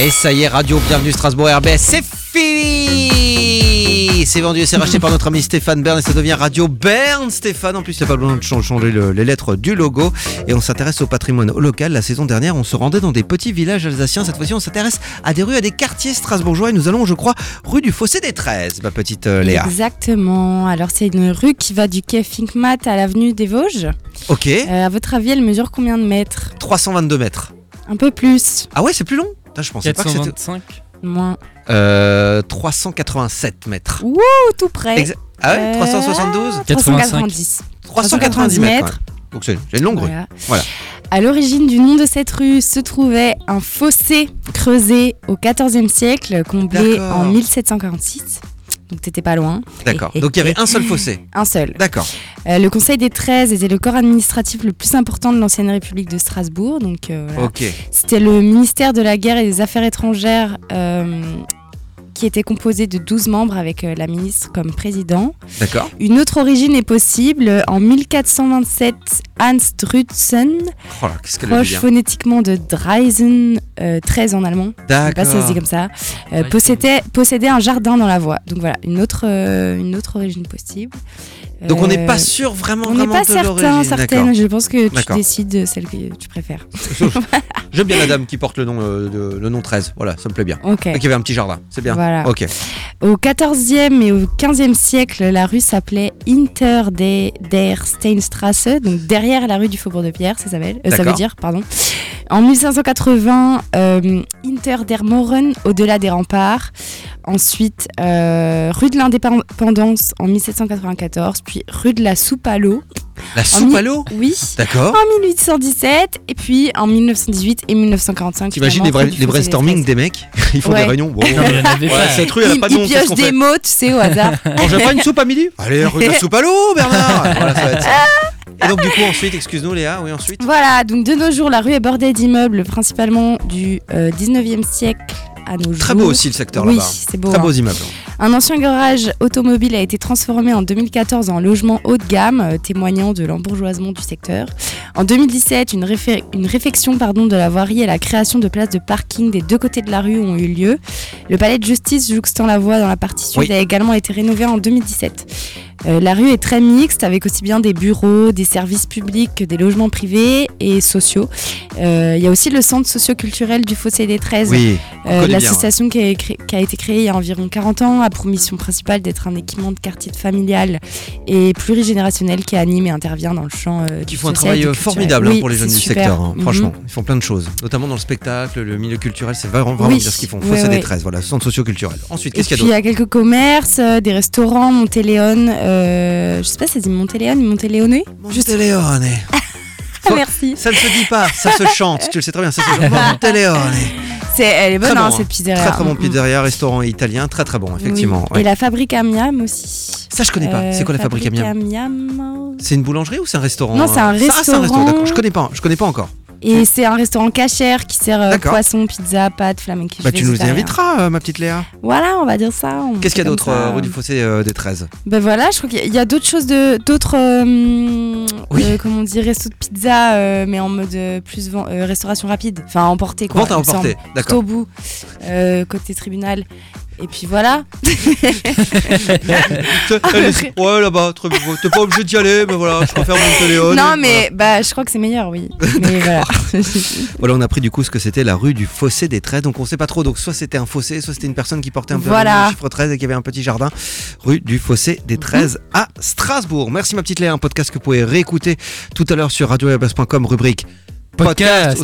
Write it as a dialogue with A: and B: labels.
A: Et ça y est, Radio Bienvenue Strasbourg RBS, c'est fini C'est vendu et c'est racheté par notre ami Stéphane Bern et ça devient Radio Bern Stéphane. En plus, il n'y a pas besoin de ch- changer le- les lettres du logo. Et on s'intéresse au patrimoine local. La saison dernière, on se rendait dans des petits villages alsaciens. Cette fois-ci, on s'intéresse à des rues, à des quartiers strasbourgeois. Et nous allons, je crois, rue du Fossé des 13, ma petite euh, Léa.
B: Exactement. Alors, c'est une rue qui va du quai Finkmat à l'avenue des Vosges.
A: Ok,
B: Euh, à votre avis, elle mesure combien de mètres
A: 322 mètres.
B: Un peu plus,
A: Ah ouais, c'est plus long Putain, je pensais pas que c'était.
C: 425
B: moins.
A: Euh, 387 mètres.
B: Ou tout près.
A: Exa- Ah ouais,
B: Euh,
A: 372
B: 390.
A: 390 mètres. ouais. Donc c'est c'est une longue rue.
B: Voilà.
A: Voilà.
B: À l'origine du nom de cette rue se trouvait un fossé creusé au XIVe siècle, comblé
A: D'accord.
B: en 1746. Donc t'étais pas loin.
A: D'accord.
B: Et- et-
A: Donc il y avait un seul fossé.
B: Un seul.
A: D'accord.
B: Euh, le Conseil des 13 était le corps administratif le plus important de l'ancienne République de Strasbourg. Donc euh, voilà.
A: Ok.
B: C'était le ministère de la guerre et des affaires étrangères euh, qui était composé de 12 membres avec euh, la ministre comme président.
A: D'accord.
B: Une autre origine est possible. En 1427, Hans Drutzen,
A: Oh là, qu'est-ce qu'elle a dit
B: proche phonétiquement de Dreisen, euh, 13 en allemand, je sais pas si ça se dit
A: hein. D'accord.
B: comme ça, euh,
C: Dreisen.
B: possédait, possédait un jardin dans la voie. Donc voilà, une autre, euh, une autre origine possible.
A: Donc on n'est
B: Euh,
A: pas sûr vraiment
B: on n'est
A: vraiment
B: pas
A: de l'origine.
B: certain, certaine.
A: D'accord.
B: Je pense que tu
A: D'accord.
B: décides celle que tu préfères.
A: J'aime bien la dame qui porte le nom euh, de- le nom 13. Voilà, ça me plaît bien.
B: Ok.
A: Et qui avait un petit jardin. C'est bien.
B: Voilà.
A: Ok.
B: Au XIVe et au XVe siècle, la rue s'appelait Inter de- der Steinstrasse, donc derrière la rue du Faubourg de Pierre, ça s'appelle. euh, ça veut
A: D'accord.
B: dire, pardon. En 1580, euh, Inter der Mauren, au-delà des remparts. Ensuite, euh, rue de l'Indépendance en 1794, puis rue de la Soupe à l'eau.
A: La
B: En
A: soupe
B: mi- Oh,
A: à l'eau.
B: Oui.
A: D'accord.
B: En 1817, et puis en 1918 et 1945.
A: T'imagines les,
B: finalement,
A: vrais-
B: rue
A: les
B: du Fossé des
A: brainstorming
B: Fraises.
A: des mecs Ils font
B: Ouais.
A: des réunions. Bon,
C: Non, mais il y en avait
A: ouais,
C: pas.
A: cette rue, elle a
B: Ils,
A: pas de
B: ils
A: nom. Qu'est-ce
B: piochent
A: qu'on
B: des
A: fait
B: mots, tu sais, au hasard.
A: Mangerait pas une soupe à midi Allez, rue de la soupe à l'eau, Bernard Voilà, ça va être ça. Et donc, du coup, ensuite, excuse-nous, Léa, oui, ensuite
B: Voilà, donc de nos jours, la rue est bordée d'immeubles, principalement du euh, 19e siècle à nos jours.
A: Très beau aussi le secteur
B: Oui,
A: là-bas.
B: c'est beau.
A: Très
B: hein.
A: beaux immeubles.
B: Un ancien garage automobile a été transformé en 2014 en logement haut de gamme, euh, témoignant de l'embourgeoisement du secteur. En 2017, une, réfé- une réfection pardon, de la voirie et la création de places de parking des deux côtés de la rue ont eu lieu. Le palais de justice jouxtant la voie dans la partie sud
A: Oui.
B: a également été rénové en 2017. Euh, la rue est très mixte avec aussi bien des bureaux, des services publics que des logements privés et sociaux. Euh, Il y a aussi le centre socioculturel du Fossé des 13
A: Oui.
B: euh,
A: connaît bien,
B: L'association qui, a cré- qui a été créée il y a environ 40 ans a pour mission principale d'être un équipement de quartier de familial et plurigénérationnel qui anime et intervient dans le champ euh,
A: Qui
B: du
A: font un
B: social,
A: travail
B: du
A: euh,
B: culturel.
A: formidable hein,
B: Oui,
A: pour les jeunes
B: c'est
A: du
B: super.
A: secteur. hein.
B: Mhm.
A: Franchement, ils font plein de choses, notamment dans le spectacle, le milieu culturel. C'est vraiment, vraiment
B: Oui.
A: bien ce qu'ils font.
B: Ouais,
A: Fossé des
B: ouais.
A: 13, voilà, centre socioculturel. Ensuite,
B: Et
A: qu'est-ce
B: puis
A: qu'il y a
B: il y
A: d'autre
B: a quelques commerces, euh, des restaurants, Montéléon, euh, je sais pas si ça dit Montéléon, Montéléoné
A: Monteléone.
B: Ah merci
A: eh. Ça ne se dit pas, ça se chante. Tu le sais très bien, ça se chante. Monteléone.
B: C'est- Elle est bonne
A: Très
B: hein,
A: bon, hein.
B: cette pizzeria
A: Très très bon
B: Mm, mm.
A: pizzeria, restaurant italien, très très bon,
B: Oui.
A: effectivement. ouais.
B: Et la Fabrique à Miam aussi Euh,
A: Ça, je connais pas. c'est quoi la fabrique à miam
B: Miam
A: C'est une boulangerie ou c'est un restaurant
B: Non, c'est un
A: euh Ah, c'est un restaurant,
B: restaurant.
A: d'accord. Je connais pas, je connais pas encore.
B: Et c'est un restaurant cachère qui sert euh,
A: D'accord.
B: poisson, pizza, pâtes, flamenco.
A: Bah, tu nous y
B: végétarien.
A: inviteras, euh, ma petite Léa.
B: Voilà, on va dire ça. on
A: Qu'est-ce qu'il
B: fait
A: y a
B: comme
A: d'autre,
B: ça.
A: euh, rue du Fossé euh, des 13
B: Ben voilà, je crois qu'il y a- il y a d'autres choses, de, d'autres, euh,
A: Oui.
B: euh, comment on dit, resto de pizza, euh, mais en mode euh, plus ven- euh, restauration rapide, enfin emporté quoi.
A: Vente à
B: il me semble.
A: emporter,
B: Tout
A: d'accord.
B: au bout, euh, côté tribunal. Et puis voilà. Ah,
A: Elle est- Ouais, là-bas, très beau. T'es pas obligé d'y aller, mais voilà, je préfère mon téléphone.
B: non mais bah je crois que c'est meilleur, oui. Mais voilà.
A: Voilà, on a pris du coup ce que c'était la rue du Fossé des 13, donc on sait pas trop. Donc soit c'était un fossé, soit c'était une personne qui portait un peu
B: Voilà. Mhm.
A: le chiffre 13 et qui avait un petit jardin. Rue du Fossé des 13 à Strasbourg. Merci ma petite Léa, un podcast que vous pouvez réécouter tout à l'heure sur radio rubrique
C: Podcast.
A: ou